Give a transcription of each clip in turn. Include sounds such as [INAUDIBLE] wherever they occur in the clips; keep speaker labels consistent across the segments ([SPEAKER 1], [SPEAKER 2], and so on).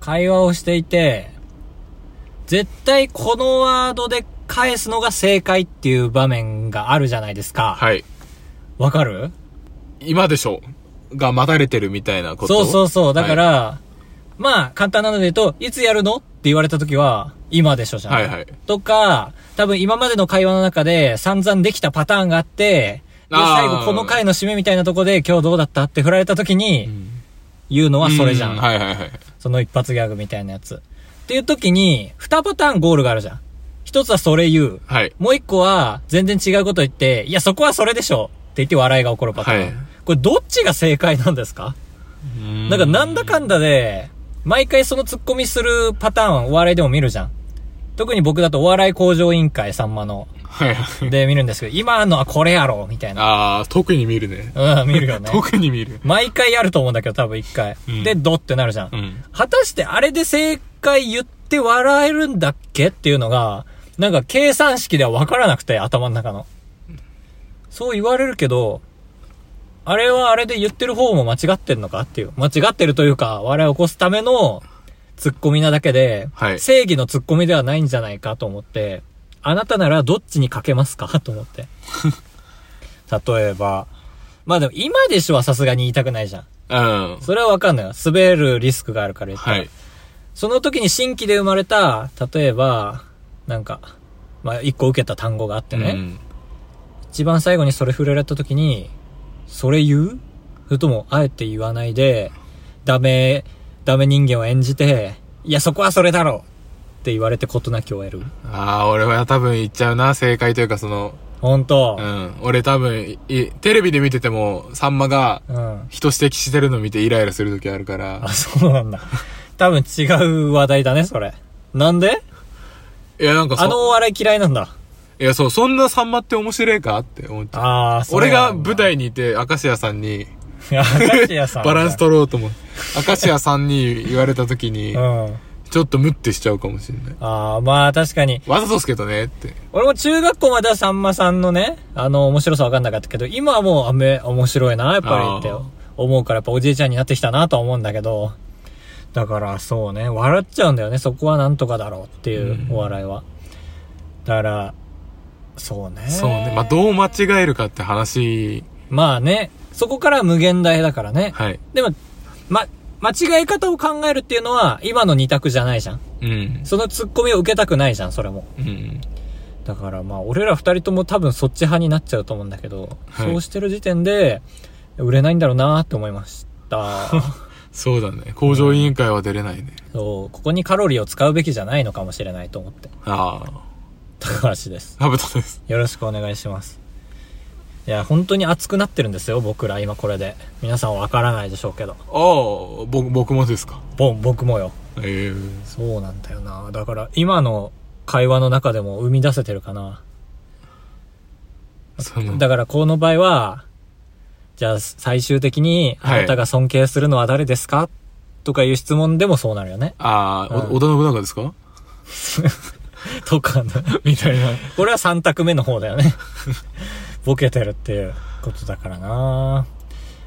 [SPEAKER 1] 会話をしていて、絶対このワードで返すのが正解っていう場面があるじゃないですか。
[SPEAKER 2] はい。
[SPEAKER 1] わかる
[SPEAKER 2] 今でしょが待たれてるみたいなこと
[SPEAKER 1] そうそうそう。だから、
[SPEAKER 2] は
[SPEAKER 1] まあ、簡単なので言うと、いつやるのって言われた時は、今でしょじゃん。
[SPEAKER 2] はいはい
[SPEAKER 1] とか、多分今までの会話の中で散々できたパターンがあって、で、
[SPEAKER 2] あー
[SPEAKER 1] 最後この回の締めみたいなとこで今日どうだったって振られた時
[SPEAKER 2] い
[SPEAKER 1] に、言うのはそれじゃ。
[SPEAKER 2] うんはいはいはい。
[SPEAKER 1] その一発ギャグみたいなやつ。っていう時に、二パターンゴールがあるじゃん。一つはそれ言う。
[SPEAKER 2] はい。
[SPEAKER 1] もう一個は、全然違うこと言って、いや、そこはそれでしょって言って笑いが起こるパターン。
[SPEAKER 2] はい
[SPEAKER 1] これ、どっちが正解なんですかなんか、なんだかんだで、毎回その突っ込みするパターン、お笑いでも見るじゃん。特に僕だと、お笑い向上委員会さんまの、
[SPEAKER 2] はいはい。
[SPEAKER 1] で見るんですけど、今のはこれやろみたいな。
[SPEAKER 2] あー、特に見るね。
[SPEAKER 1] うん、見るよね。
[SPEAKER 2] [LAUGHS] 特に見る。
[SPEAKER 1] 毎回やると思うんだけど、多分一回。
[SPEAKER 2] うん
[SPEAKER 1] で、ドってなるじゃん
[SPEAKER 2] うん。
[SPEAKER 1] 果たしてあれで正解言って笑えるんだっけっていうのが、なんか計算式では分からなくて、頭の中の。そう言われるけど、あれはあれで言ってる方も間違ってんのかっていう。間違ってるというか、笑いを起こすためのツッコミなだけで、
[SPEAKER 2] はい
[SPEAKER 1] 正義のツッコミではないんじゃないかと思って、あなたならどっちにかけますかと思っ
[SPEAKER 2] [LAUGHS]
[SPEAKER 1] て。例えば、まあでも今でしょはさすがに言いたくないじゃん。
[SPEAKER 2] うん。
[SPEAKER 1] それはわかんないよ。滑るリスクがあるから言ったら
[SPEAKER 2] はい。
[SPEAKER 1] その時に新規で生まれた、例えば、なんか、まあ、一個受けた単語があってね、
[SPEAKER 2] うん
[SPEAKER 1] 一番最後にそれ触れられた時に、それ言うそれとも、あえて言わないで、ダメ、ダメ人間を演じて、いや、そこはそれだろうって言われて事なきを得る。
[SPEAKER 2] あー、俺は多分言っちゃうな、正解というかその、
[SPEAKER 1] 本当
[SPEAKER 2] う、ん。俺多分、いテレビで見てても、さんまが、
[SPEAKER 1] うん、うん。
[SPEAKER 2] 人指摘してるの見てイライラする時あるか
[SPEAKER 1] あ、
[SPEAKER 2] ら、
[SPEAKER 1] そうなんだ。多分違う話題だね、それ。なんで
[SPEAKER 2] いや、なんかそ
[SPEAKER 1] あのお笑い嫌いなんだ。
[SPEAKER 2] いや、そう、そんなさんまって面白いかって思っちゃう。
[SPEAKER 1] ああ、そうな
[SPEAKER 2] 俺
[SPEAKER 1] んだ
[SPEAKER 2] が舞。台にいて、明石家さんに、
[SPEAKER 1] いや、明石家さん。
[SPEAKER 2] バランス。取ろうと思って、明石家さんに言われた時に
[SPEAKER 1] う、ん。
[SPEAKER 2] ちょっとムッてしちゃうかもしれない。
[SPEAKER 1] ああ、まあ確かに。
[SPEAKER 2] わざとっすけどねって。
[SPEAKER 1] 俺も中学校まではさんまさんのね、あの、面白さわかんなかったけど、今はもう、あめ、面白いな、やっぱり
[SPEAKER 2] あ
[SPEAKER 1] っ
[SPEAKER 2] ー
[SPEAKER 1] て思うから、やっぱおじいちゃんになってきたなとは思うんだけど、だからそうね、笑っちゃうんだよね、そこはなんとかだろうっていう
[SPEAKER 2] うん
[SPEAKER 1] お笑いは。だから、そうね。
[SPEAKER 2] そうね。まあ、どう間違えるかって話、
[SPEAKER 1] まあね、そこから無限大だからね。
[SPEAKER 2] はい。
[SPEAKER 1] でも、ま、間違え方を考えるっていうのは、今の二択じゃないじゃん。
[SPEAKER 2] うん。
[SPEAKER 1] その突っ込みを受けたくないじゃん、それも。
[SPEAKER 2] うん。
[SPEAKER 1] だからまあ、俺ら二人とも多分そっち派になっちゃうと思うんだけど、
[SPEAKER 2] はい
[SPEAKER 1] そうしてる時点で、売れないんだろうなって思いま [LAUGHS] した。
[SPEAKER 2] そうだね。工場委員会は出れないね。
[SPEAKER 1] そう、ここにカロリーを使うべきじゃないのかもしれないと思って。
[SPEAKER 2] ああ。
[SPEAKER 1] 高橋です。
[SPEAKER 2] ハブトです。
[SPEAKER 1] よろしくお願いします。いや、本当に熱くなってるんですよ、僕ら、今これで。皆さんわからないでしょうけど。
[SPEAKER 2] ああ、僕、僕もですか。
[SPEAKER 1] ぼん、僕もよ。
[SPEAKER 2] ええ
[SPEAKER 1] そうなんだよな。だから、今の会話の中でも生み出せてるかな。
[SPEAKER 2] その、
[SPEAKER 1] だからこの場合は、じゃあ最終的に、あ
[SPEAKER 2] はい。
[SPEAKER 1] なたが尊敬するのは誰ですか、とかいう質問でもそうなるよね
[SPEAKER 2] [LAUGHS] ああ、
[SPEAKER 1] うん
[SPEAKER 2] お織田信長ですか
[SPEAKER 1] とかね、
[SPEAKER 2] みたいな。
[SPEAKER 1] これは3択目の方だよね。 [LAUGHS] ボケてるっていうことだからな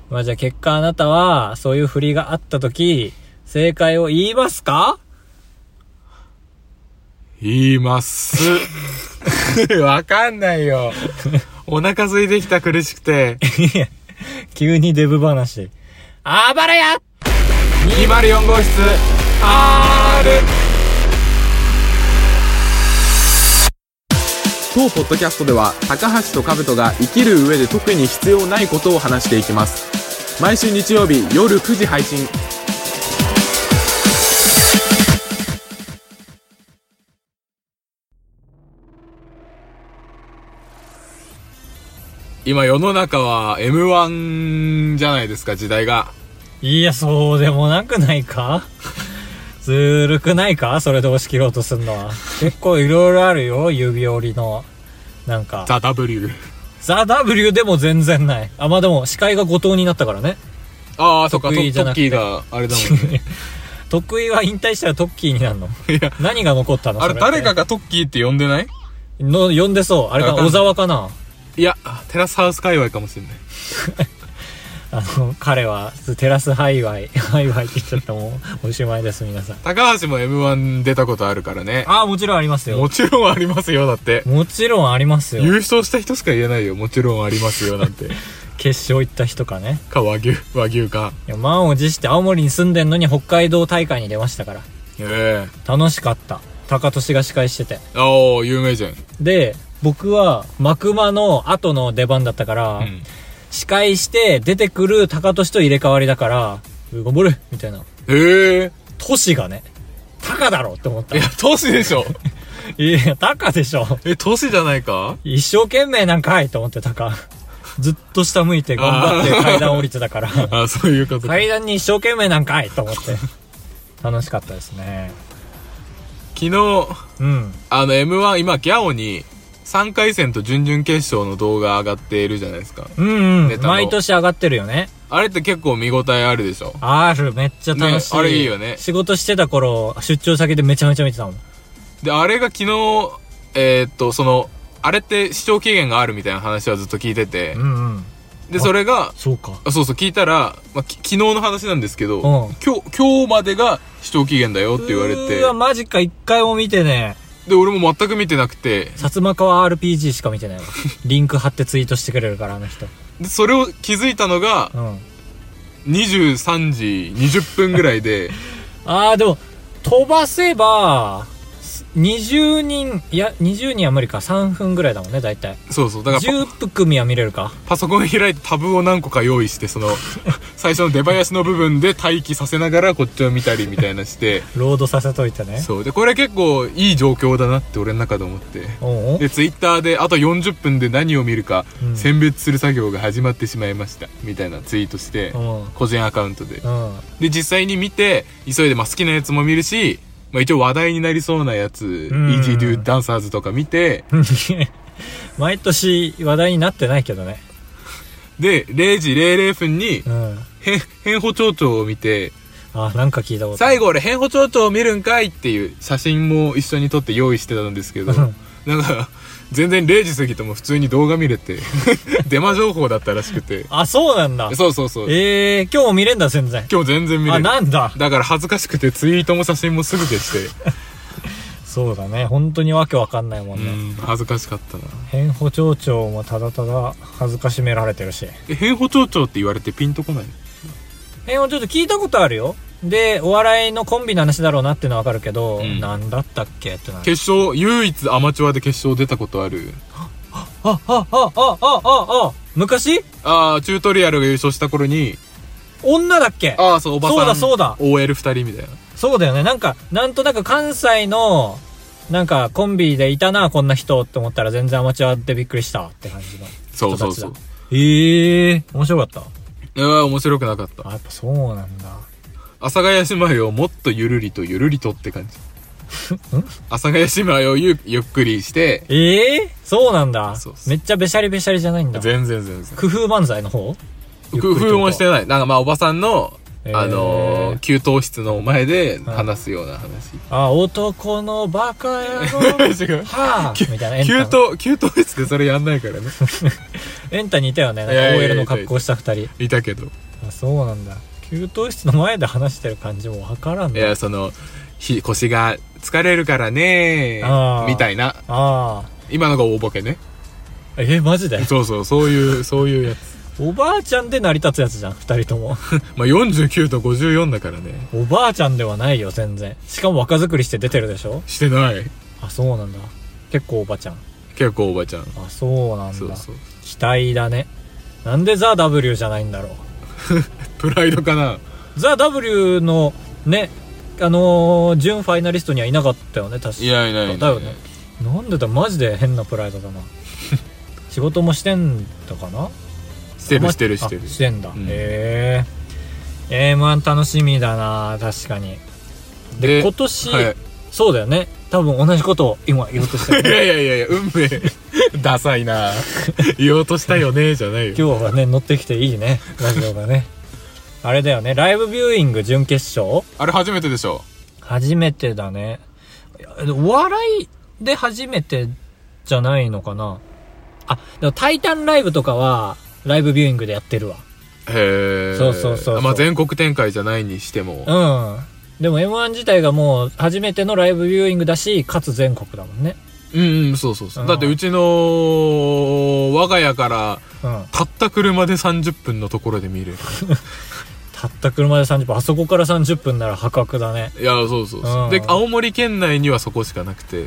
[SPEAKER 1] まあじゃあ結果あなたは、そういう振りがあった時、正解を言いますか
[SPEAKER 2] 言
[SPEAKER 1] [LAUGHS]
[SPEAKER 2] います。わかんないよ。お腹空いてきた苦しくて、
[SPEAKER 1] 急にデブ話。あばらや
[SPEAKER 2] 204号室、R! 当ポッドキャストでは、高橋と兜が生きる上で特に必要ないことを話していきます。毎週日曜日夜9時配信。今世の中は M1 じゃないですか、時代が。
[SPEAKER 1] いや、そうでもなくないか [LAUGHS] ずるくないかそれで押し切ろうとすんのは。結構いろいろあるよ、指折りの。なんか、
[SPEAKER 2] ザ・ W。
[SPEAKER 1] ザ・ W でも全然ない。あ、まあでも、司会が後藤になったからね。 [LAUGHS]
[SPEAKER 2] ああ、そっか、
[SPEAKER 1] 得
[SPEAKER 2] トト
[SPEAKER 1] 意じゃな
[SPEAKER 2] ッ
[SPEAKER 1] く
[SPEAKER 2] キ
[SPEAKER 1] て
[SPEAKER 2] ーがあれだもんね。
[SPEAKER 1] 得意は引退したらトッキーになるの。
[SPEAKER 2] いや、
[SPEAKER 1] 何が残ったの
[SPEAKER 2] [LAUGHS] あれ
[SPEAKER 1] そって
[SPEAKER 2] 誰かがトッキーって呼んでない
[SPEAKER 1] の、呼んでそう。あれか、
[SPEAKER 2] わかんな
[SPEAKER 1] 小
[SPEAKER 2] い
[SPEAKER 1] 沢かない
[SPEAKER 2] や、テラスハウス界隈かもしれない。
[SPEAKER 1] あの、彼は、テラスハイワイ、 [LAUGHS] ハイワイって言っちゃったもう、おしまいです、皆さん。
[SPEAKER 2] 高橋も M1 出たことあるからね。
[SPEAKER 1] ああ、もちろんありますよ
[SPEAKER 2] も。ちろんありますよ、だって。
[SPEAKER 1] もちろんありますよ。
[SPEAKER 2] 優勝した人しか言えないよ。もちろんありますよ、なん [LAUGHS] て。
[SPEAKER 1] 決勝行った人かね。
[SPEAKER 2] か、和牛、和牛か。
[SPEAKER 1] いや、満を持して青森に住んでんのに北海道大会に出ましたから。
[SPEAKER 2] え
[SPEAKER 1] 楽しかった。高俊が司会してて。
[SPEAKER 2] えああ、有名じゃん。
[SPEAKER 1] で、僕は、幕間の後の出番だったから、
[SPEAKER 2] うん。
[SPEAKER 1] 司会して出てくる高俊と入れ替わりだから、うー頑張れみたいな。
[SPEAKER 2] ええ
[SPEAKER 1] トシがね、タカだろって思った
[SPEAKER 2] い。や、トシで [LAUGHS] しょ。
[SPEAKER 1] いや、タカでしょ。
[SPEAKER 2] え、トシじゃないか
[SPEAKER 1] 一生懸命なんかいと思ってタカ。ずっと下向いて頑張って階段降りてたから。 [LAUGHS]
[SPEAKER 2] あそういうことか。
[SPEAKER 1] 階段に一生懸命なんかいと思って。楽しかったですね。
[SPEAKER 2] 昨日、
[SPEAKER 1] うん。
[SPEAKER 2] あの M1 今ギャオに3回戦と準々決勝の動画上がっているじゃないですか。
[SPEAKER 1] うんう
[SPEAKER 2] ネ
[SPEAKER 1] ん。
[SPEAKER 2] タの
[SPEAKER 1] 毎年上がってるよね。
[SPEAKER 2] あれって結構見応えあるでしょ。
[SPEAKER 1] R めっちゃ楽しい。
[SPEAKER 2] ねあれいいよね
[SPEAKER 1] 仕事してた頃、出張先でめちゃめちゃ見てたもん。
[SPEAKER 2] で、あれが昨日、えーっと、その、あれって視聴期限があるみたいな話はずっと聞いてて
[SPEAKER 1] う、んうん。
[SPEAKER 2] で、それが、
[SPEAKER 1] そうか。
[SPEAKER 2] あそうそう聞いたら、まあ、き昨日の話なんですけど、
[SPEAKER 1] うん
[SPEAKER 2] 今日、今日までが視聴期限だよって言われて
[SPEAKER 1] うわ、、マジか、一回も見てね
[SPEAKER 2] で、俺も全く見てなくて、
[SPEAKER 1] え。薩摩川 RPG しか見てないわ。 [LAUGHS] リンク貼ってツイートしてくれるから、あの人。
[SPEAKER 2] で、それを気づいたのが
[SPEAKER 1] う、ん。
[SPEAKER 2] 23時20分ぐら
[SPEAKER 1] [LAUGHS]
[SPEAKER 2] いで、
[SPEAKER 1] あーでも飛ばせばす20人いや20人は無理か3分ぐらいだもんね大体
[SPEAKER 2] そうそう、だからパ
[SPEAKER 1] 10組は見れるか
[SPEAKER 2] パソコン開いてタブを何個か用意して、その、最初の出囃子の部分で待機させながらこっちを見たりみたいなして、
[SPEAKER 1] ロードさせといてね
[SPEAKER 2] そう。で、これ結構いい状況だなって俺の中で思って。
[SPEAKER 1] おう
[SPEAKER 2] で、ツイッターであと40分で何を見るか
[SPEAKER 1] うん
[SPEAKER 2] 選別する作業が始まってしまいました。みたいなツイートして
[SPEAKER 1] う、ん
[SPEAKER 2] 個人アカウントで。
[SPEAKER 1] うん
[SPEAKER 2] で、実際に見て、急いでまあ好きなやつも見るし、まあ一応話題になりそうなやつ、
[SPEAKER 1] ん
[SPEAKER 2] Easy Do Dancers とか見て、
[SPEAKER 1] [LAUGHS] 毎年話題になってないけどね
[SPEAKER 2] で、0時00分に
[SPEAKER 1] う、ん
[SPEAKER 2] へ変補聴長を見て、
[SPEAKER 1] あなんか聞いたことあ
[SPEAKER 2] 最
[SPEAKER 1] る
[SPEAKER 2] 後俺変補聴長を見るんかいっていう写真も一緒に撮って用意してたんですけど、
[SPEAKER 1] うん
[SPEAKER 2] なんか、全然0時過ぎても普通に動画見れて、 [LAUGHS] デマ情報だったらしくて。
[SPEAKER 1] あそうなんだ
[SPEAKER 2] そうそうそう。
[SPEAKER 1] えー、今日も見れんだ全然
[SPEAKER 2] 今日全然見れ
[SPEAKER 1] あ
[SPEAKER 2] る。
[SPEAKER 1] なんだ
[SPEAKER 2] だから恥ずかしくてツイートも写真もすぐ消して、
[SPEAKER 1] そうだね本当にわけわかんないもん
[SPEAKER 2] う
[SPEAKER 1] ね、
[SPEAKER 2] ん、恥ずかしかったな。
[SPEAKER 1] 変補聴長もただただ恥ずかしめられてるし
[SPEAKER 2] え、変補聴長って言われてピンとこない
[SPEAKER 1] えをちょっと聞いたことあるよでお笑いのコンビの話だろうなっていうのはわかるけど、
[SPEAKER 2] うん
[SPEAKER 1] なんだったっけってなる
[SPEAKER 2] 決勝、唯一アマチュアで決勝出たことある。
[SPEAKER 1] あああああああ昔
[SPEAKER 2] ああ、チュートリアルが優勝した頃に、
[SPEAKER 1] 女だっけ
[SPEAKER 2] ああ、そう、おばさん。
[SPEAKER 1] そうだそうだ
[SPEAKER 2] OL 二人みたいな。
[SPEAKER 1] そうだよねなんかなんとなく関西のなんかコンビでいたなこんな人って思ったら全然アマチュアでびっくりしたって感じの
[SPEAKER 2] そ
[SPEAKER 1] 人
[SPEAKER 2] う
[SPEAKER 1] たちだ
[SPEAKER 2] そうそう。
[SPEAKER 1] ええ面白かった
[SPEAKER 2] いやー面白くなかった。
[SPEAKER 1] あやっぱそうなんだ
[SPEAKER 2] 阿佐ヶ谷姉妹をもっとゆるりとゆるりとって感じ。阿佐ヶ谷姉妹をゆゆっくりして、
[SPEAKER 1] ええそうなんだ
[SPEAKER 2] そうそう
[SPEAKER 1] めっちゃべしゃりべしゃりじゃないんだ
[SPEAKER 2] 全然全然。
[SPEAKER 1] 工夫漫才の方
[SPEAKER 2] 工夫もしてない。なんかまあおばさんの、
[SPEAKER 1] えー
[SPEAKER 2] あのー、給湯室の前で話すような話。
[SPEAKER 1] あ男のバカ野
[SPEAKER 2] [LAUGHS]
[SPEAKER 1] 郎
[SPEAKER 2] 違う。
[SPEAKER 1] はあみたいなエン
[SPEAKER 2] [LAUGHS] 給
[SPEAKER 1] タ
[SPEAKER 2] 湯、給湯室でそれやんないから
[SPEAKER 1] [LAUGHS]
[SPEAKER 2] ね。
[SPEAKER 1] エンタにいたよねなん
[SPEAKER 2] いやいやい
[SPEAKER 1] か
[SPEAKER 2] や
[SPEAKER 1] OL の格好した二人
[SPEAKER 2] いたけど。
[SPEAKER 1] あそうなんだ給湯室の前で話してる感じもわからん
[SPEAKER 2] い
[SPEAKER 1] ね
[SPEAKER 2] や、その、ひ腰が疲れるからね
[SPEAKER 1] あー
[SPEAKER 2] みたいな。
[SPEAKER 1] ああ
[SPEAKER 2] 今のが大ボケね。
[SPEAKER 1] えマジで
[SPEAKER 2] そうそう、そういう、そういうやつ。
[SPEAKER 1] おばあちゃんで成り立つやつじゃん二人とも
[SPEAKER 2] まあ、49と54だからね。
[SPEAKER 1] おばあちゃんではないよ全然しかも若作りして出てるでしょ
[SPEAKER 2] してない。
[SPEAKER 1] あそうなんだ結構おばちゃん
[SPEAKER 2] 結構おばちゃん。
[SPEAKER 1] あそうなんだ
[SPEAKER 2] そうそう。
[SPEAKER 1] 期待だねなんでザ・ W じゃないんだろう
[SPEAKER 2] プライドかな
[SPEAKER 1] ザ・ W のねあのー、準ファイナリストにはいなかったよね確か
[SPEAKER 2] いやいないいない
[SPEAKER 1] だよねなんでだマジで変なプライドだ
[SPEAKER 2] [LAUGHS]
[SPEAKER 1] な仕事もしてんだかな
[SPEAKER 2] してるしてるしてる
[SPEAKER 1] あ。してんだ、
[SPEAKER 2] ん
[SPEAKER 1] へえ M1 楽しみだな確かにで
[SPEAKER 2] で
[SPEAKER 1] 今年、
[SPEAKER 2] はい。
[SPEAKER 1] そうだよね多分同じことを今言おうとしてる
[SPEAKER 2] [LAUGHS] いやいやいやいや、運命。ダサいな言おうとしたよね、じゃないよ。
[SPEAKER 1] 今日はね乗ってきていいねラジオがねあれだよねライブビューイング準決勝
[SPEAKER 2] あれ初めてでしょ
[SPEAKER 1] 初めてだね。いやお笑いで初めてじゃないのかな。あ、でもタイタンライブとかは、ライブビューイングでやってるわ。
[SPEAKER 2] へえ。
[SPEAKER 1] そうそうそうそう
[SPEAKER 2] まあ全国展開じゃないにしても。
[SPEAKER 1] うん。でも M1 自体がもう初めてのライブビューイングだし、かつ全国だもんね。
[SPEAKER 2] うんうん、そうそうそうう。
[SPEAKER 1] ん
[SPEAKER 2] だってうちの、我が家から、
[SPEAKER 1] うん。
[SPEAKER 2] たった車で30分のところで見れる。
[SPEAKER 1] たった車で30分、あそこから30分なら破格だね。
[SPEAKER 2] いや、そうそうそう。
[SPEAKER 1] うん
[SPEAKER 2] で、青森県内にはそこしかなくて。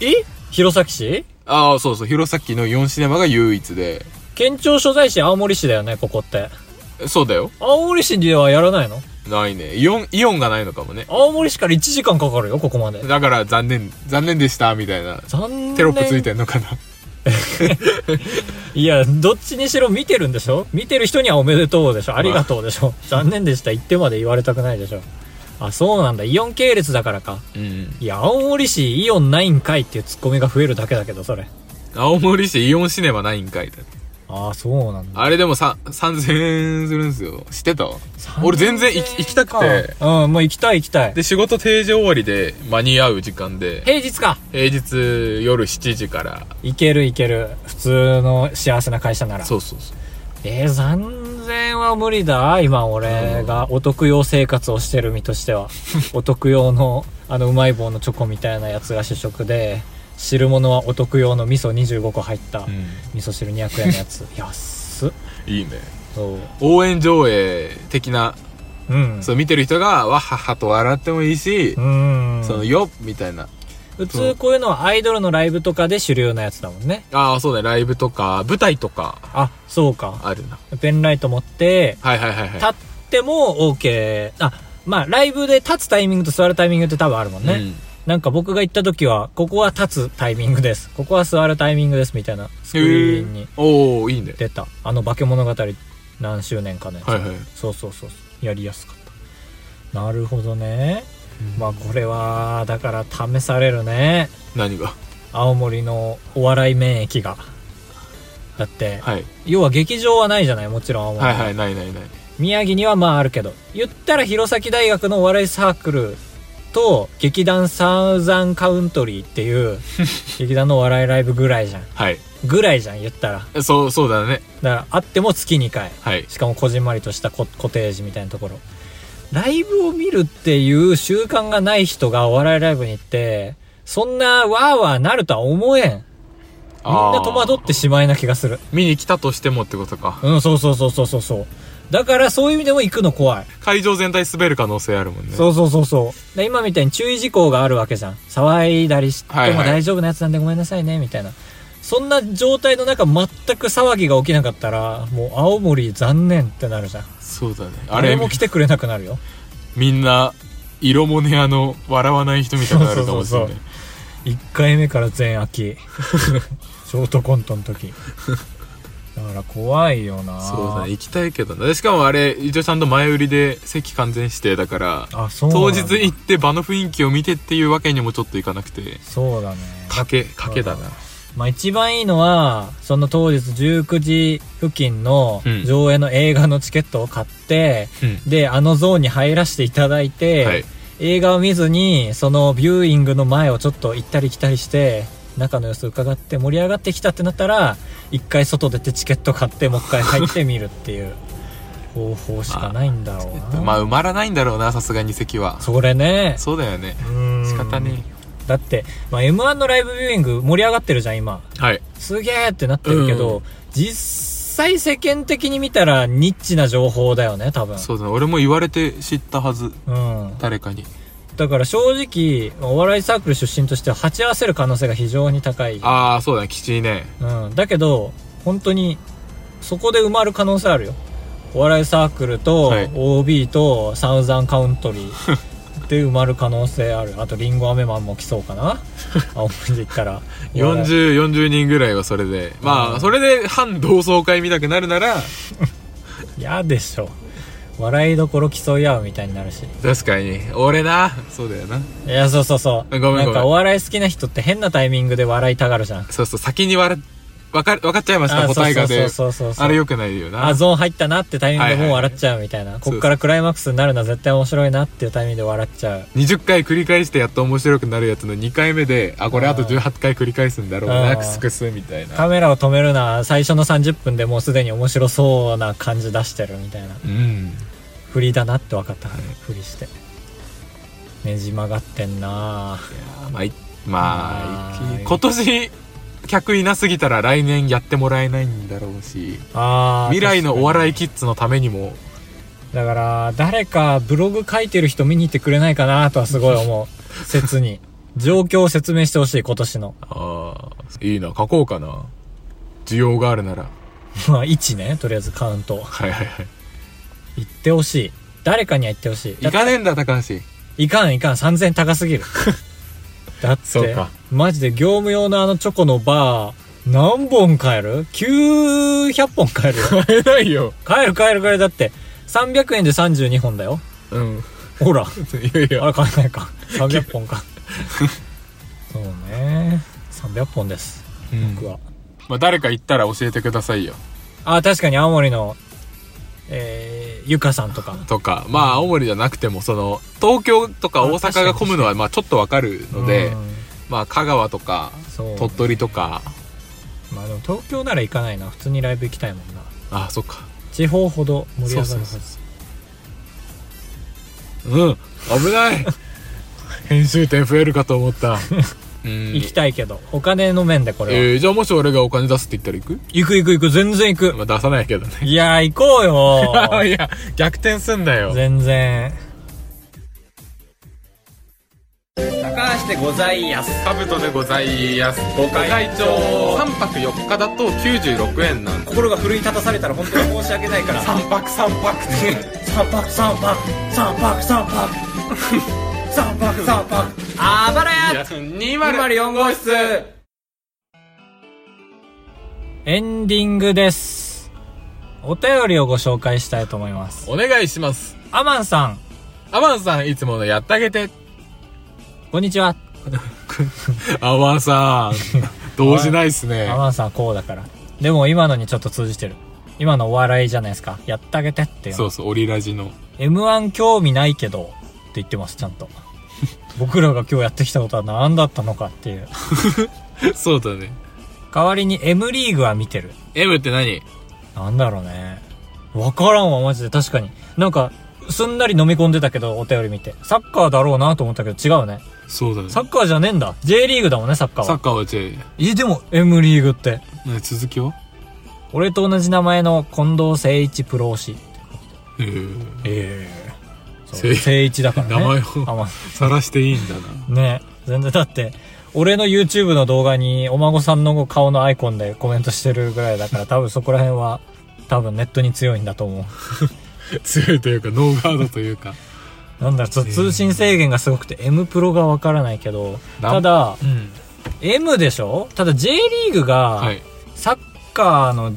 [SPEAKER 1] え弘前市
[SPEAKER 2] ああ、そうそう、弘前の4シネマが唯一で。
[SPEAKER 1] 県庁所在地青森市だよね、ここって。
[SPEAKER 2] そうだよ。
[SPEAKER 1] 青森市ではやらないの
[SPEAKER 2] ないね。イオン、イオンがないのかもね。
[SPEAKER 1] 青森市から1時間かかるよ、ここまで。
[SPEAKER 2] だから残念、残念でした、みたいな。
[SPEAKER 1] 残念。
[SPEAKER 2] テロップついてんのかな。
[SPEAKER 1] いや、どっちにしろ見てるんでしょ見てる人にはおめでとうでしょありがとうでしょ残念でした。言ってまで言われたくないでしょあ、そうなんだ。イオン系列だからか。
[SPEAKER 2] うん。
[SPEAKER 1] いや、青森市イオンないんかいっていうツッコミが増えるだけだけど、それ。
[SPEAKER 2] 青森市イオンシネマないんかいだね。
[SPEAKER 1] ああ、そうなんだ。
[SPEAKER 2] あれでもさ、3000円するんすよ。知ってた俺全然行き行きたくて。
[SPEAKER 1] うん、もう行きたい行きたい。
[SPEAKER 2] で、仕事定時終わりで間に合う時間で、
[SPEAKER 1] 平日か
[SPEAKER 2] 平日夜7時から。
[SPEAKER 1] 行ける行ける。普通の幸せな会社なら。
[SPEAKER 2] そうそうそう。
[SPEAKER 1] えー、残念は無理だ。今俺がお得用生活をしてる身として
[SPEAKER 2] [LAUGHS]
[SPEAKER 1] は。お得用の、あの、うまい棒のチョコみたいなやつが主食で、汁物はお得用の味噌25個入った、
[SPEAKER 2] うん。
[SPEAKER 1] 味噌汁200円のや
[SPEAKER 2] [LAUGHS]
[SPEAKER 1] つ。安っ。
[SPEAKER 2] いいね。
[SPEAKER 1] そう。
[SPEAKER 2] 応援上映的な、
[SPEAKER 1] うん。
[SPEAKER 2] そう見てる人がわははと笑ってもいいし
[SPEAKER 1] う、ん。
[SPEAKER 2] そのよっみたいな。
[SPEAKER 1] 普通こういうのはアイドルのライブとかで主流なやつだもんね。
[SPEAKER 2] ああ、そうね、ライブとか、舞台とか、
[SPEAKER 1] あ、そうか。
[SPEAKER 2] あるな。
[SPEAKER 1] ペンライト持って、
[SPEAKER 2] はいはいはい
[SPEAKER 1] 立
[SPEAKER 2] は
[SPEAKER 1] っても OK。あ、まあライブで立つタイミングと座るタイミングって多分あるもん
[SPEAKER 2] い。
[SPEAKER 1] ね。なんか僕が行った時は、ここは立つタイミングです。ここは座るタイミングですみたいなスクリーンに
[SPEAKER 2] へーおおいいね。
[SPEAKER 1] 出た。あの化け物語何周年かのやつ。
[SPEAKER 2] はいはい。
[SPEAKER 1] そうそうそうそう。やりやすかった。なるほどね。まあこれは、だから試されるね。
[SPEAKER 2] 何が
[SPEAKER 1] 青森のお笑い免疫が。だって、
[SPEAKER 2] はい。
[SPEAKER 1] 要は劇場はないじゃないもちろん青森、
[SPEAKER 2] はいはい、ないないない。
[SPEAKER 1] 宮城にはまああるけど。言ったら弘前大学のお笑いサークルと劇団サウザンカウントリーっていう劇団のお笑いライブぐらいじゃん。
[SPEAKER 2] はい。
[SPEAKER 1] ぐらいじゃん言ったら。だ
[SPEAKER 2] そう、そうだね。
[SPEAKER 1] からあっても月2回。
[SPEAKER 2] はい。
[SPEAKER 1] しかもこじんまりとしたココテージみたいなところ。ライブを見るっていう習慣がない人がお笑いライブに行って、そんなわーわーなるとは思えん。みんな戸惑
[SPEAKER 2] あ
[SPEAKER 1] ってしまいな気がする。
[SPEAKER 2] ー見に来たとしてもってことか。
[SPEAKER 1] うん、そうそうそうそうそうそう。だからそういう意味でも行くの怖い。
[SPEAKER 2] 会場全体滑る可能性あるもんね。
[SPEAKER 1] そうそうそうそう。で今みたいに注意事項があるわけじゃん。騒いだりして
[SPEAKER 2] はい
[SPEAKER 1] も
[SPEAKER 2] はい
[SPEAKER 1] 大丈夫なやつなんでごめんなさいね、みたいな。そんな状態の中全く騒ぎが起きなかったら、もう青森残念ってなるじゃん。
[SPEAKER 2] そうだね。あ
[SPEAKER 1] 誰
[SPEAKER 2] れ、
[SPEAKER 1] も来てくれなくなるよ。
[SPEAKER 2] みんな、色もね、あの、笑わない人みたいになるかもしれない。
[SPEAKER 1] そうそう1回目から全空
[SPEAKER 2] [LAUGHS]
[SPEAKER 1] き。ショートコントの時。だから怖いよな
[SPEAKER 2] そうだね。行きたいけどな。でしかもあれ、一応ちゃんと前売りで席完全指定だから、
[SPEAKER 1] あ、そうなん
[SPEAKER 2] 当
[SPEAKER 1] だ
[SPEAKER 2] 日行って場の雰囲気を見てっていうわけにもちょっといかなくて、
[SPEAKER 1] そうだね。
[SPEAKER 2] 賭け、賭けだな。
[SPEAKER 1] まあ一番いいのは、その当日19時付近の
[SPEAKER 2] うん
[SPEAKER 1] 上映の映画のチケットを買って、
[SPEAKER 2] うん。
[SPEAKER 1] で、あのゾーンに入らせていただいて、
[SPEAKER 2] はい。
[SPEAKER 1] 映画を見ずに、そのビューイングの前をちょっと行ったり来たりして、中の様子伺って盛り上がってきたってなったら、一回外出てチケット買って、もう一回入ってみるっていう
[SPEAKER 2] [LAUGHS]
[SPEAKER 1] 方法しかないんだろうな。
[SPEAKER 2] まあ埋まらないんだろうなさすがに席は
[SPEAKER 1] それね。
[SPEAKER 2] そうだよね
[SPEAKER 1] うん
[SPEAKER 2] 仕方ね
[SPEAKER 1] だって、まあ、M1 のライブビューイング盛り上がってるじゃん、今。
[SPEAKER 2] えはい
[SPEAKER 1] すげーってなってるけど、
[SPEAKER 2] う
[SPEAKER 1] 実際世間的に見たらニッチな情報だよね、多分。
[SPEAKER 2] そうだね俺も言われて知ったはず
[SPEAKER 1] うん。
[SPEAKER 2] 誰かに
[SPEAKER 1] だから正直、お笑いサークル出身としては鉢合わせる可能性が非常に高い。
[SPEAKER 2] ああそうだねきちいね
[SPEAKER 1] うん。だけど、本当に、そこで埋まる可能性あるよ。お笑いサークルと
[SPEAKER 2] はい、
[SPEAKER 1] OB と、サウザンカウントリーで埋まる可能性ある。あと、リンゴアメマンも来そうか
[SPEAKER 2] [LAUGHS]
[SPEAKER 1] な。青森で行ったら。
[SPEAKER 2] 4040人ぐらいはそれでま
[SPEAKER 1] う
[SPEAKER 2] あ
[SPEAKER 1] ん
[SPEAKER 2] それで反同窓会見たくなるなら
[SPEAKER 1] 嫌でしょ。笑いどころ競い合うみたいになるし。
[SPEAKER 2] 確かに俺なそうだよない
[SPEAKER 1] や、そうそうそう。
[SPEAKER 2] ごめんごめん
[SPEAKER 1] なんかお笑い好きな人って変なタイミングで笑いたがるじゃん。
[SPEAKER 2] そうそう先に笑っわかる、わかっちゃいました、
[SPEAKER 1] あ
[SPEAKER 2] 答えがで。
[SPEAKER 1] そうそうそうそうそうそう
[SPEAKER 2] あれ良くないよな。
[SPEAKER 1] あ、ゾーン入ったなってタイミングでもう笑っちゃうみたいな。
[SPEAKER 2] そう
[SPEAKER 1] こっからクライマックスになるのは絶対面白いなっていうタイミングで笑っちゃう。
[SPEAKER 2] 20回繰り返してやっと面白くなるやつの2回目で、あ、これあと18回繰り返すんだろう
[SPEAKER 1] あ
[SPEAKER 2] な、
[SPEAKER 1] ー
[SPEAKER 2] クスクスみたいな。
[SPEAKER 1] カメラを止めるな、最初の30分でもうすでに面白そうな感じ出してるみたいな。
[SPEAKER 2] うん。
[SPEAKER 1] 振りだなって分かったから、
[SPEAKER 2] はい
[SPEAKER 1] 振りして。ねじ曲がってんなぁ
[SPEAKER 2] いやーまあい、まあ
[SPEAKER 1] はい
[SPEAKER 2] い今年、客いなすぎたら来年やってもらえないんだろうし、
[SPEAKER 1] あー
[SPEAKER 2] 未来のお笑い
[SPEAKER 1] 確
[SPEAKER 2] キッズのためにも、
[SPEAKER 1] かにだから、誰かブログ書いてる人見に行ってくれないかなとはすごい思
[SPEAKER 2] [LAUGHS]
[SPEAKER 1] う。切に。状況を説明してほしい、今年の。
[SPEAKER 2] ああ、いいな、書こうかな。需要があるなら。
[SPEAKER 1] まあ、1ね、とりあえずカウント。
[SPEAKER 2] はいはいはい。
[SPEAKER 1] 行ってほしい。誰かには行ってほしい。
[SPEAKER 2] いかねえんだ、高橋。
[SPEAKER 1] いかんいかん、3000円高す
[SPEAKER 2] [LAUGHS]
[SPEAKER 1] ぎる。だっ
[SPEAKER 2] そう
[SPEAKER 1] て
[SPEAKER 2] か、
[SPEAKER 1] マジで業務用のあのチョコのバー、何本買える ?900 本買え
[SPEAKER 2] [LAUGHS]
[SPEAKER 1] るよ。
[SPEAKER 2] 買えないよ。
[SPEAKER 1] 買える買える買える。だって、300円で32本だよ。
[SPEAKER 2] うん。
[SPEAKER 1] ほら、
[SPEAKER 2] いやい
[SPEAKER 1] あ
[SPEAKER 2] や、
[SPEAKER 1] れ買えない
[SPEAKER 2] [LAUGHS]
[SPEAKER 1] か。300本か。そうね。300本です。
[SPEAKER 2] うん
[SPEAKER 1] 僕は。
[SPEAKER 2] まあ、誰か行ったら教えてくださいよ。
[SPEAKER 1] あ、確かに青森の、えー、ゆかさんとか。
[SPEAKER 2] とか、まあ、青森じゃなくても、その、東京とか大阪が混むのは、まあ、ちょっとわかるので、
[SPEAKER 1] うん
[SPEAKER 2] まあ、香川とか、
[SPEAKER 1] そう。
[SPEAKER 2] 鳥取とか、
[SPEAKER 1] まあでも東京なら行かないな。普通にライブ行きたいもんな。
[SPEAKER 2] あ、そっか。
[SPEAKER 1] 地方ほど盛り上がるはず。
[SPEAKER 2] そうそううん、危ない [LAUGHS] 編集点増えるかと思った。うん。
[SPEAKER 1] 行きたいけど、お金の面でこれは。
[SPEAKER 2] えー、じゃあもし俺がお金出すって言ったら行
[SPEAKER 1] 行く行く行く、全然行
[SPEAKER 2] く
[SPEAKER 1] く。
[SPEAKER 2] まあ、出さないけ [LAUGHS] どね。
[SPEAKER 1] いやー、行こう
[SPEAKER 2] [LAUGHS]
[SPEAKER 1] よ
[SPEAKER 2] いや、逆転すんだよ。
[SPEAKER 1] 全然。高橋でございやす。
[SPEAKER 2] カブトでございます。ご
[SPEAKER 1] 会長
[SPEAKER 2] 3泊4日だと96円なんで
[SPEAKER 1] 心が奮い立たされたら本当に申し訳ないから。
[SPEAKER 2] 3泊3泊って。
[SPEAKER 1] 三泊三泊、三泊三泊。
[SPEAKER 2] [LAUGHS]
[SPEAKER 1] 三泊三泊。あばらや
[SPEAKER 2] 204号室
[SPEAKER 1] エンディングです。お便りをご紹介したいと思います。
[SPEAKER 2] お願いします。
[SPEAKER 1] アマンさん、
[SPEAKER 2] アマンさん、いつものやってあげて。
[SPEAKER 1] こんにちは。
[SPEAKER 2] [LAUGHS] アマンさ [LAUGHS] ん、動じないっすね
[SPEAKER 1] ア。マンさんはこうだから。でも今のにちょっと通じてる。今のお笑いじゃないですか。やってあげてっていう
[SPEAKER 2] そ
[SPEAKER 1] の。
[SPEAKER 2] うそう、オリラジの。
[SPEAKER 1] M1 興味ないけど、って言ってます、ちゃんと。 [LAUGHS] 僕らが今日やってきたことは何だったのかっていう。
[SPEAKER 2] そうだね。
[SPEAKER 1] 代わりに M リーグは見てる。
[SPEAKER 2] M って何
[SPEAKER 1] なんだろうね。わからんわ、マジで。確かに。なんか、すんなり飲み込んでたけど、お便り見て。サッカーだろうなと思ったけど違うね。
[SPEAKER 2] そうだね。
[SPEAKER 1] サッカーじゃねえんだ。J リーグだもんね、サッカー
[SPEAKER 2] サッ
[SPEAKER 1] は。
[SPEAKER 2] カーは J。
[SPEAKER 1] え、でも M リーグって。
[SPEAKER 2] ね続きは
[SPEAKER 1] 俺と同じ名前の近藤誠一プロ推し。
[SPEAKER 2] えー、
[SPEAKER 1] ええ
[SPEAKER 2] せい
[SPEAKER 1] 誠一だからね。
[SPEAKER 2] 名前を
[SPEAKER 1] あま
[SPEAKER 2] さらしていいんだな。
[SPEAKER 1] ね全然だって、俺の YouTube の動画にお孫さんの顔のアイコンでコメントしてるぐらいだから多分そこら辺は多分ネットに強いんだと思
[SPEAKER 2] [LAUGHS] 強いというか、ノーガードというか。
[SPEAKER 1] う。なんだろう、ちょっと通信制限がすごくて M プロがわからないけど、
[SPEAKER 2] な
[SPEAKER 1] ただ、
[SPEAKER 2] うん。
[SPEAKER 1] M でしょただ J リーグ
[SPEAKER 2] は
[SPEAKER 1] が
[SPEAKER 2] い。
[SPEAKER 1] サッカーの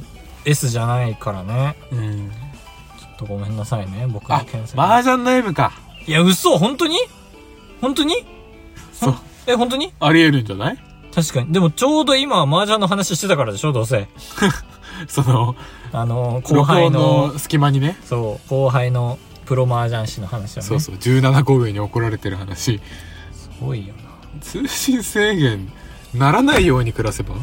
[SPEAKER 1] S じゃないからね。
[SPEAKER 2] うん。
[SPEAKER 1] ちょっとごめんなさいね、僕の
[SPEAKER 2] あ
[SPEAKER 1] 検、索。
[SPEAKER 2] 麻雀の M か。
[SPEAKER 1] いや、嘘本当に本当に
[SPEAKER 2] そう。
[SPEAKER 1] え、本当に
[SPEAKER 2] ありえるんじゃない
[SPEAKER 1] 確かに。でもちょうど今麻雀の話してたからでしょどうせ。
[SPEAKER 2] その、
[SPEAKER 1] あの、後
[SPEAKER 2] 後輩
[SPEAKER 1] 輩の、
[SPEAKER 2] の隙間にね。
[SPEAKER 1] そう、後輩のプロ麻雀師の話はね。
[SPEAKER 2] そうそう、17号上に怒られてる話。
[SPEAKER 1] すごいよな。
[SPEAKER 2] 通信制限、ならないように暮らせば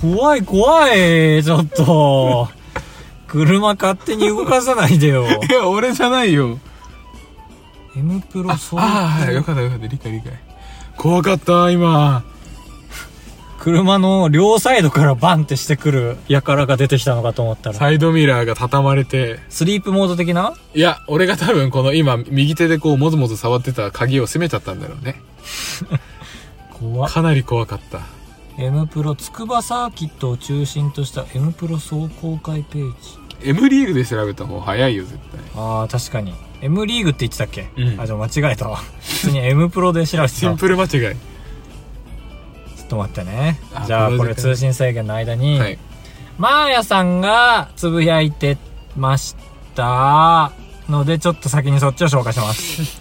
[SPEAKER 1] 怖い怖い、ちょっと。 [LAUGHS] 車勝手に動かさないで
[SPEAKER 2] [LAUGHS]
[SPEAKER 1] よ。
[SPEAKER 2] いや、俺じゃないよ。
[SPEAKER 1] M プロそう。
[SPEAKER 2] ああ、はいよかったよかった、理解理解。怖かった、今。
[SPEAKER 1] 車の両サイドからバンってしてくる輩が出てきたのかと思ったら。
[SPEAKER 2] サイドミラーが畳まれて。
[SPEAKER 1] スリープモード的ない
[SPEAKER 2] や、俺が多分この今、右手でこう、もずもず触ってた鍵を閉めちゃったんだろうね。
[SPEAKER 1] 怖
[SPEAKER 2] かなり怖かった。
[SPEAKER 1] M プロ筑波サーキットを中心とした M プロ総公開ページ。
[SPEAKER 2] M リーグで調べた方が早いよ、絶対。
[SPEAKER 1] ああ、確かに。M リーグって言ってたっけ、
[SPEAKER 2] うん
[SPEAKER 1] あ、じゃあ間違えたわ。普通に M プロで調べて
[SPEAKER 2] シ
[SPEAKER 1] たわ。
[SPEAKER 2] ン
[SPEAKER 1] ちょ
[SPEAKER 2] プル間違い。
[SPEAKER 1] っと待ってね
[SPEAKER 2] あ。
[SPEAKER 1] じゃあ
[SPEAKER 2] この
[SPEAKER 1] こ
[SPEAKER 2] 時間
[SPEAKER 1] れ通信制限の間に、
[SPEAKER 2] はい。
[SPEAKER 1] マーヤさんがつぶやいてましたので、ちょっと先にそっちを紹介します。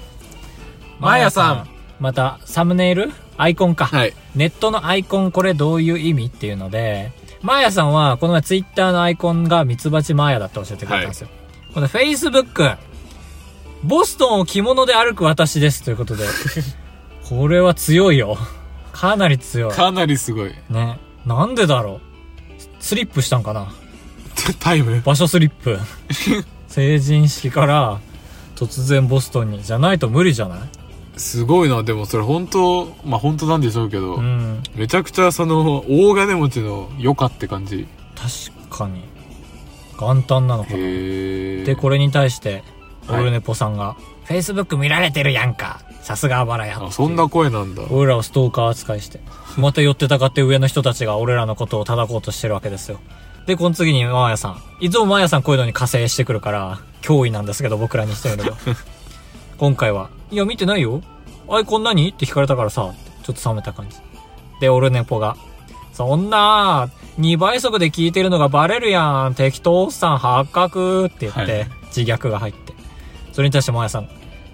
[SPEAKER 2] [LAUGHS] マーヤさん
[SPEAKER 1] マーヤさん。また、サムネイルアイコンか。
[SPEAKER 2] はい。
[SPEAKER 1] ネットのアイコンこれどういう意味っていうので、マーヤさんはこの前ツイッターのアイコンがミツバチマーヤだって教えてくれたんですよ。この Facebook、ボストンを着物で歩く私ですという
[SPEAKER 2] [LAUGHS]
[SPEAKER 1] ことで、これは強いよ。かなり強い。
[SPEAKER 2] かなり
[SPEAKER 1] [LAUGHS]
[SPEAKER 2] すごい。
[SPEAKER 1] ね。なんでだろう。スリップしたんかな
[SPEAKER 2] タイム
[SPEAKER 1] 場所スリッ
[SPEAKER 2] [LAUGHS]
[SPEAKER 1] プ。成人式から突然ボストンに。じゃないと無理じゃない
[SPEAKER 2] すごいな。でもそれ本当、まあ本当なんでしょうけど、
[SPEAKER 1] うん。
[SPEAKER 2] めちゃくちゃその、大金持ちの余暇って感じ。
[SPEAKER 1] 確かに。元旦なのかな。
[SPEAKER 2] へえ。
[SPEAKER 1] で、これに対して、オ
[SPEAKER 2] はい
[SPEAKER 1] ルネポさんが、Facebook 見られてるやんか。さすがあばらや。
[SPEAKER 2] あ、そんな声なんだ。
[SPEAKER 1] 俺らをストーカー扱いして、また寄ってたかって上の人たちが俺らのことを叩こうとしてるわけですよ。で、この次にマーヤさん。いつもマーヤさんこういうのに加勢してくるから、脅威なんですけど、僕らにしてみれ
[SPEAKER 2] [LAUGHS]
[SPEAKER 1] ば。今回は、いや、見てないよ。アイコン何って聞かれたからさ、ちょっと冷めた感じ。で、オルネポが、そんな、2倍速で聞いてるのがバレるやん。適当おっさん発覚って言って、
[SPEAKER 2] はい
[SPEAKER 1] 自虐が入って。それに対してマーヤさん、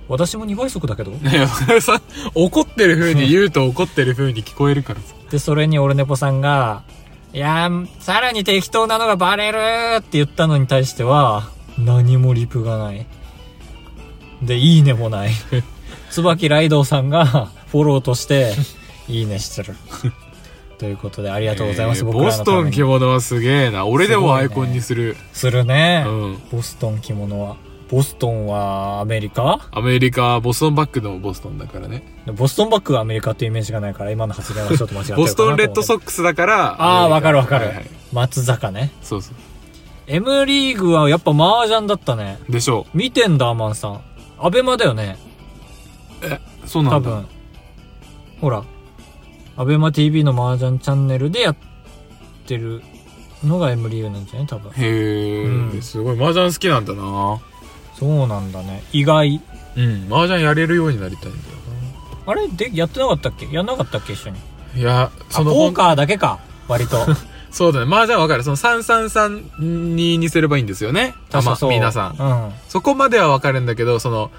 [SPEAKER 1] 私も2倍速だけど
[SPEAKER 2] [LAUGHS] ねさ、怒ってる
[SPEAKER 1] [LAUGHS]
[SPEAKER 2] 風に言うと怒ってる風に聞こえるからさ。
[SPEAKER 1] で、それにオルネポさんが、いやー、さらに適当なのがバレるーって言ったのに対しては、何もリプがない。で、いいねもない。 [LAUGHS] 椿ライドウさんがフォローとして、いいねしてる。 [LAUGHS] ということで、ありがとうございます。
[SPEAKER 2] えー
[SPEAKER 1] 僕ら
[SPEAKER 2] ボ
[SPEAKER 1] の
[SPEAKER 2] ス
[SPEAKER 1] た
[SPEAKER 2] ト
[SPEAKER 1] め
[SPEAKER 2] ン
[SPEAKER 1] に
[SPEAKER 2] 着物はすげえな。俺でもアイコンにする。
[SPEAKER 1] するね、
[SPEAKER 2] うん。
[SPEAKER 1] ボストン着物は。ボストンはアメリカ
[SPEAKER 2] アメリカ、ボストンバッグのボストンだからね。
[SPEAKER 1] ボストンバッグがアメリカっていうイメージがないから、今の発言はちょっと間違ってるかなと思う
[SPEAKER 2] ボストンレッドソ
[SPEAKER 1] ック
[SPEAKER 2] ックスだから。
[SPEAKER 1] ああ、わかるわか
[SPEAKER 2] はいは
[SPEAKER 1] る
[SPEAKER 2] い。
[SPEAKER 1] 松坂ね。
[SPEAKER 2] そうそう。
[SPEAKER 1] M リーグはやっぱ麻雀だったね。
[SPEAKER 2] でしょ
[SPEAKER 1] 見てんだ、アマンさん。アベマだよね、
[SPEAKER 2] う。そうな
[SPEAKER 1] 多
[SPEAKER 2] んだ。
[SPEAKER 1] 分。ほら、アベマ TV の麻雀チャンネルでやってるのが M リーグなんじゃない多分。
[SPEAKER 2] へえ、
[SPEAKER 1] うん
[SPEAKER 2] すごい麻雀好きなんだな
[SPEAKER 1] そうなんだね。意外。
[SPEAKER 2] うん麻雀やれるようになりたいんだよ
[SPEAKER 1] あれで、やってなかったっけやんなかったっけ一緒に。
[SPEAKER 2] ないや
[SPEAKER 1] あ、
[SPEAKER 2] その
[SPEAKER 1] ポー
[SPEAKER 2] 本
[SPEAKER 1] カーだけか。割
[SPEAKER 2] [LAUGHS]
[SPEAKER 1] と。
[SPEAKER 2] そうだね麻雀わかるその333ににすればいいんですよねた
[SPEAKER 1] 確
[SPEAKER 2] ま
[SPEAKER 1] かそう。
[SPEAKER 2] 皆さ
[SPEAKER 1] うんん。
[SPEAKER 2] そこまではわかるんだけどその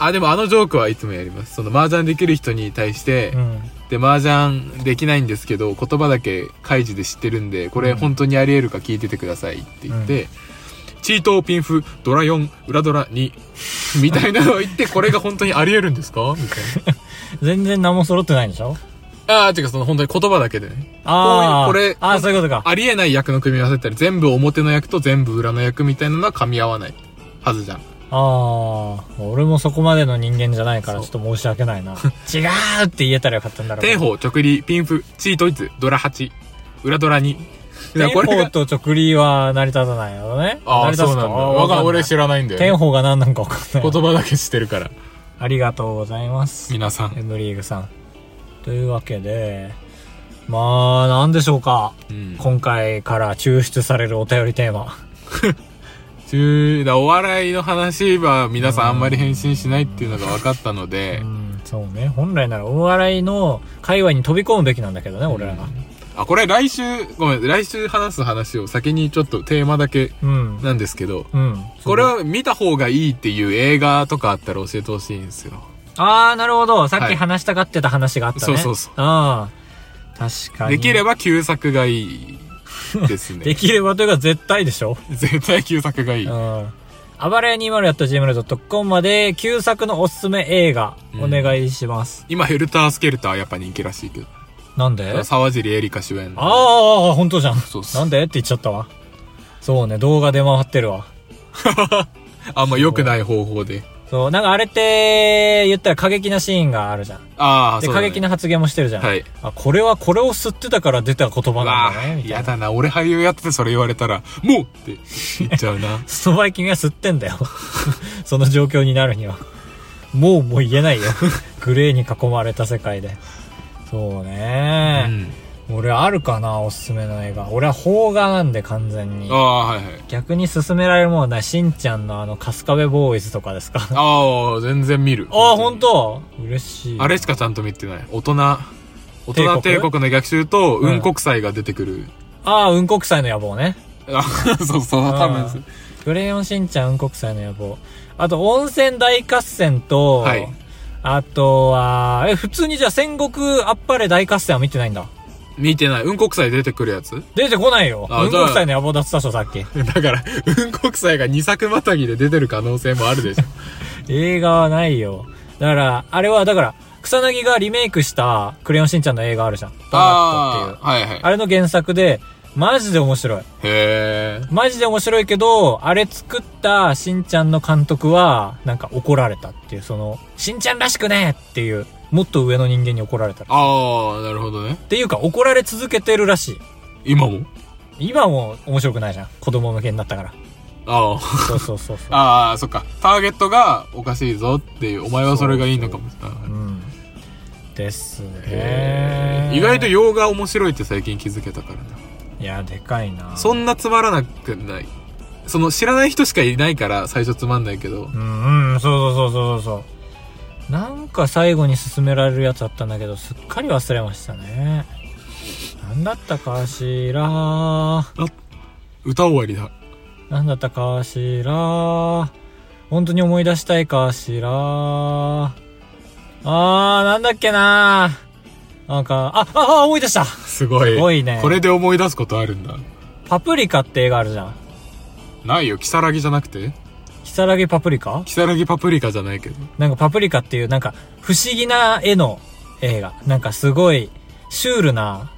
[SPEAKER 2] あでもあのジョークはいつもやりますその麻雀できる人に対して、
[SPEAKER 1] うん。
[SPEAKER 2] で麻雀できないんですけど言葉だけ開示で知ってるんでこれ
[SPEAKER 1] うん
[SPEAKER 2] 本当にありえるか聞いててくださいって言って、チートピンフドラ4裏ドラ2 [LAUGHS] みたいなのを言ってこれが本当にありえるんですかみたいな
[SPEAKER 1] 全然何も揃ってないんでしょ
[SPEAKER 2] ああ、てかその本当に言葉だけでね。
[SPEAKER 1] ああ。
[SPEAKER 2] こういうこれ
[SPEAKER 1] ああ、そういうことか。
[SPEAKER 2] ありえない役の組み合わせったり、全部表の役と全部裏の役みたいなのは噛み合わないはずじゃん。
[SPEAKER 1] ああ、俺もそこまでの人間じゃないから
[SPEAKER 2] そう
[SPEAKER 1] ちょっと申し訳ない
[SPEAKER 2] [LAUGHS]
[SPEAKER 1] な。違うって言えたらよかったんだろうけ
[SPEAKER 2] 天
[SPEAKER 1] ど。
[SPEAKER 2] 方、直理、ピンフ、チートイツ、ドラ8、裏ドラ2。だからこれ
[SPEAKER 1] 天
[SPEAKER 2] が、
[SPEAKER 1] 方と直理は成り立たないよね。
[SPEAKER 2] あ
[SPEAKER 1] 成
[SPEAKER 2] あ、
[SPEAKER 1] り
[SPEAKER 2] そう
[SPEAKER 1] 立つ
[SPEAKER 2] なんだ。
[SPEAKER 1] あー
[SPEAKER 2] わかん俺
[SPEAKER 1] い
[SPEAKER 2] 知らないんだ
[SPEAKER 1] 天
[SPEAKER 2] よ、ね。
[SPEAKER 1] 方が何なのか分かんない。
[SPEAKER 2] 言葉だけ知ってるから。
[SPEAKER 1] ありがとうございます。
[SPEAKER 2] 皆さん。
[SPEAKER 1] M リーグさん。というわけで、まあ、なんでしょうか。
[SPEAKER 2] うん。
[SPEAKER 1] 今回から抽出されるお便りテーマ。
[SPEAKER 2] 中だお笑いの話は皆さんあんまり返信しないっていうのが分かったので
[SPEAKER 1] う、ん、そうね。本来ならお笑いの界隈に飛び込むべきなんだけどね、俺らが。
[SPEAKER 2] あ、これ来週、ごめん、来週話す話を先にちょっとテーマだけ
[SPEAKER 1] うん。
[SPEAKER 2] なんですけど、
[SPEAKER 1] うん。
[SPEAKER 2] これは見た方がいいっていう映画とかあったら教えてほしいんですよ。
[SPEAKER 1] ああ、なるほど。さっ
[SPEAKER 2] は
[SPEAKER 1] き
[SPEAKER 2] い
[SPEAKER 1] 話したがってた話があったね。
[SPEAKER 2] そうそうそう
[SPEAKER 1] ああ。確かに。
[SPEAKER 2] できれ
[SPEAKER 1] ば。
[SPEAKER 2] ば旧作がいいです
[SPEAKER 1] [LAUGHS] で
[SPEAKER 2] ね。
[SPEAKER 1] きればというか絶対でしょ。。
[SPEAKER 2] 絶対旧作がいいう
[SPEAKER 1] ん。暴れ 20.gmail.com まで旧作のおすすめ映画お願いします。
[SPEAKER 2] 今、ヘルタースケルターやっぱ人気らしいけど。
[SPEAKER 1] なんであ
[SPEAKER 2] 沢尻エリカ主演の。
[SPEAKER 1] あー、本当じゃん。
[SPEAKER 2] そうっす
[SPEAKER 1] なんでって言っちゃったわ。そうね、動画出回ってるわ。
[SPEAKER 2] あんま良くない方法で。
[SPEAKER 1] そう、なんかあれって言ったら過激なシーンがあるじゃん。
[SPEAKER 2] ああ、
[SPEAKER 1] で、
[SPEAKER 2] そう
[SPEAKER 1] 過
[SPEAKER 2] だね。
[SPEAKER 1] 激な発言もしてるじゃん。
[SPEAKER 2] はい。
[SPEAKER 1] あ、これはこれを吸ってたから出た言葉な
[SPEAKER 2] わ
[SPEAKER 1] んだ
[SPEAKER 2] あ、
[SPEAKER 1] ね、みたいな。
[SPEAKER 2] や。だな。俺俳優やっててそれ言われたら、もうって言っちゃうな
[SPEAKER 1] [LAUGHS] その場合君は吸ってんだよ。 [LAUGHS] その状況になるには。もうもう言えないよ。グレーに囲まれた世界で。そう
[SPEAKER 2] う
[SPEAKER 1] ね、
[SPEAKER 2] ん。
[SPEAKER 1] 俺あるかなおすすめの映画。俺は邦画なんで完全に
[SPEAKER 2] あ。あ、はいはい。
[SPEAKER 1] 逆に勧められるものはない。しんちゃんのあの、カスカベボーイズとかですか。
[SPEAKER 2] ああ、全然見る。
[SPEAKER 1] ああ、ほんと嬉しい。
[SPEAKER 2] あれしかちゃんと見てない。大人、大人帝
[SPEAKER 1] 帝国
[SPEAKER 2] 国の逆襲と、
[SPEAKER 1] うん
[SPEAKER 2] 雲国祭が出てくる。
[SPEAKER 1] ああ、うんこくさいの野望ね。
[SPEAKER 2] あ、そうそう、多分です
[SPEAKER 1] うん。クレヨンしんちゃん、うんこくさいの野望。あと、温泉大合戦と、
[SPEAKER 2] はい
[SPEAKER 1] あとは、え、普通にじゃあ戦国あっぱれ大合戦は見てないんだ。
[SPEAKER 2] 見てない。うん国祭出てくるやつ
[SPEAKER 1] 出てこないよ。
[SPEAKER 2] あ
[SPEAKER 1] 文
[SPEAKER 2] じゃあ
[SPEAKER 1] 国祭の野望だってたでしょ、さっき。
[SPEAKER 2] [LAUGHS] だから、うん国祭が2作またぎで出てる可能性もあるでしょ。
[SPEAKER 1] 映画はないよ。だから、あれは、だから、草薙がリメイクした、クレヨンしんちゃんの映 [LAUGHS] 画あるじゃん。バラットっていう。
[SPEAKER 2] ああ、はいはい。
[SPEAKER 1] あれの原作で、マジで面白い。
[SPEAKER 2] へえ。
[SPEAKER 1] マジで面白いけど、あれ作ったしんちゃんの監督は、なんか怒られたっていう、その、しんちゃんらしくねっていう、もっと上の人間に怒られた。っ
[SPEAKER 2] ああ、なるほどね。
[SPEAKER 1] ていうか、怒られ続けてるらしい。
[SPEAKER 2] 今も
[SPEAKER 1] 今も面白くないじゃん。子供向けになったから。
[SPEAKER 2] ああ。
[SPEAKER 1] そうそうそうそ
[SPEAKER 2] [LAUGHS] ああ、そっか。ターゲットがおかしいぞっていう、お前はそれがいいのかもしれな
[SPEAKER 1] う。う
[SPEAKER 2] い。
[SPEAKER 1] ん。です
[SPEAKER 2] へ
[SPEAKER 1] ね
[SPEAKER 2] ー。意外と洋画面白いって最近気づけたからな。
[SPEAKER 1] いや、でかいな。
[SPEAKER 2] そんなつまらなくない。その知らない人しかいないから最初つまんないけど。
[SPEAKER 1] うん、うん、そうそうそうそうそう。なんか最後に勧められるやつあったんだけど、すっかり忘れましたね。なんだったかしら
[SPEAKER 2] 歌終わりだ。
[SPEAKER 1] なんだったかしら本当に思い出したいかしらあー、なんだっけななんか、あ、あ、あ、思い出した
[SPEAKER 2] すごい。
[SPEAKER 1] すごいね
[SPEAKER 2] これで思い出すことあるんだ。
[SPEAKER 1] パプリカって映画あるじゃん。
[SPEAKER 2] ないよ、キサラギじゃなくて
[SPEAKER 1] キサラギパプリカ
[SPEAKER 2] キサラギパプリカじゃないけど。
[SPEAKER 1] なんかパプリカっていうなんか不思議な絵の映画。なんかすごいシュールな、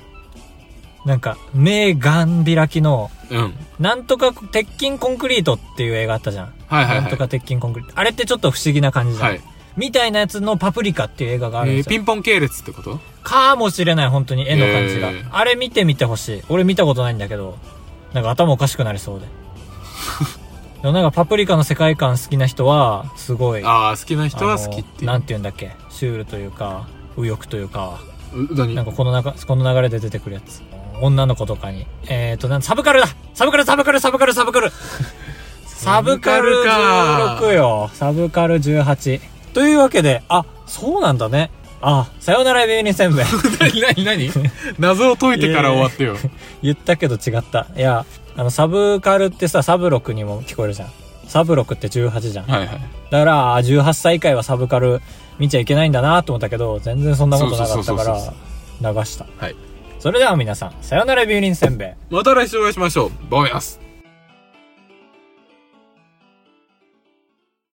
[SPEAKER 1] なんか目がん開きの、
[SPEAKER 2] うん。
[SPEAKER 1] なんとか鉄筋コンクリートっていう映画あったじゃん。
[SPEAKER 2] はいは
[SPEAKER 1] な
[SPEAKER 2] いは
[SPEAKER 1] ん
[SPEAKER 2] い
[SPEAKER 1] と。か鉄筋コンクリート。あれってちょっと不思議な感じじゃん。
[SPEAKER 2] はい。
[SPEAKER 1] みたいなやつのパプリカっていう映画があるん
[SPEAKER 2] え
[SPEAKER 1] で
[SPEAKER 2] ー
[SPEAKER 1] すよ。
[SPEAKER 2] ピンポン系列ってこと
[SPEAKER 1] かもしれない、本当に絵の感じが。
[SPEAKER 2] えー
[SPEAKER 1] あれ見てみてほしい。俺見たことないんだけど、なんか頭おかしくなりそう
[SPEAKER 2] [LAUGHS]
[SPEAKER 1] で。でもなんかパプリカの世界観好きな人は、すごい。
[SPEAKER 2] ああ、好きな人は好きってい
[SPEAKER 1] あのなん
[SPEAKER 2] う。
[SPEAKER 1] て言うんだっけシュールというか右翼というか
[SPEAKER 2] う何
[SPEAKER 1] なんかこの中この流れで出てくるやつ女の子とかにえっ、ー、となんサブカルだサブカルサブカルサブカルサブカルサブカル
[SPEAKER 2] [LAUGHS] サブカルか
[SPEAKER 1] 16よサブカル18というわけであそうなんだねあさよならビビニせん
[SPEAKER 2] [LAUGHS]
[SPEAKER 1] べい
[SPEAKER 2] [LAUGHS] 何 [LAUGHS] 何何謎を解いてから終わってよ。
[SPEAKER 1] 言ったけど違ったいやあのサブカルってさサブロクにも聞こえるじゃんサブロクって18じゃん
[SPEAKER 2] はいはい。
[SPEAKER 1] だから、あー18歳以下はサブカル見ちゃいけないんだなと思ったけど、全然そんなことなかったか
[SPEAKER 2] そうそう
[SPEAKER 1] ら、流した。
[SPEAKER 2] はい。
[SPEAKER 1] それでは皆さん、さよならビューリンせんべい。
[SPEAKER 2] また来週お会いしましょう。ボーヤス。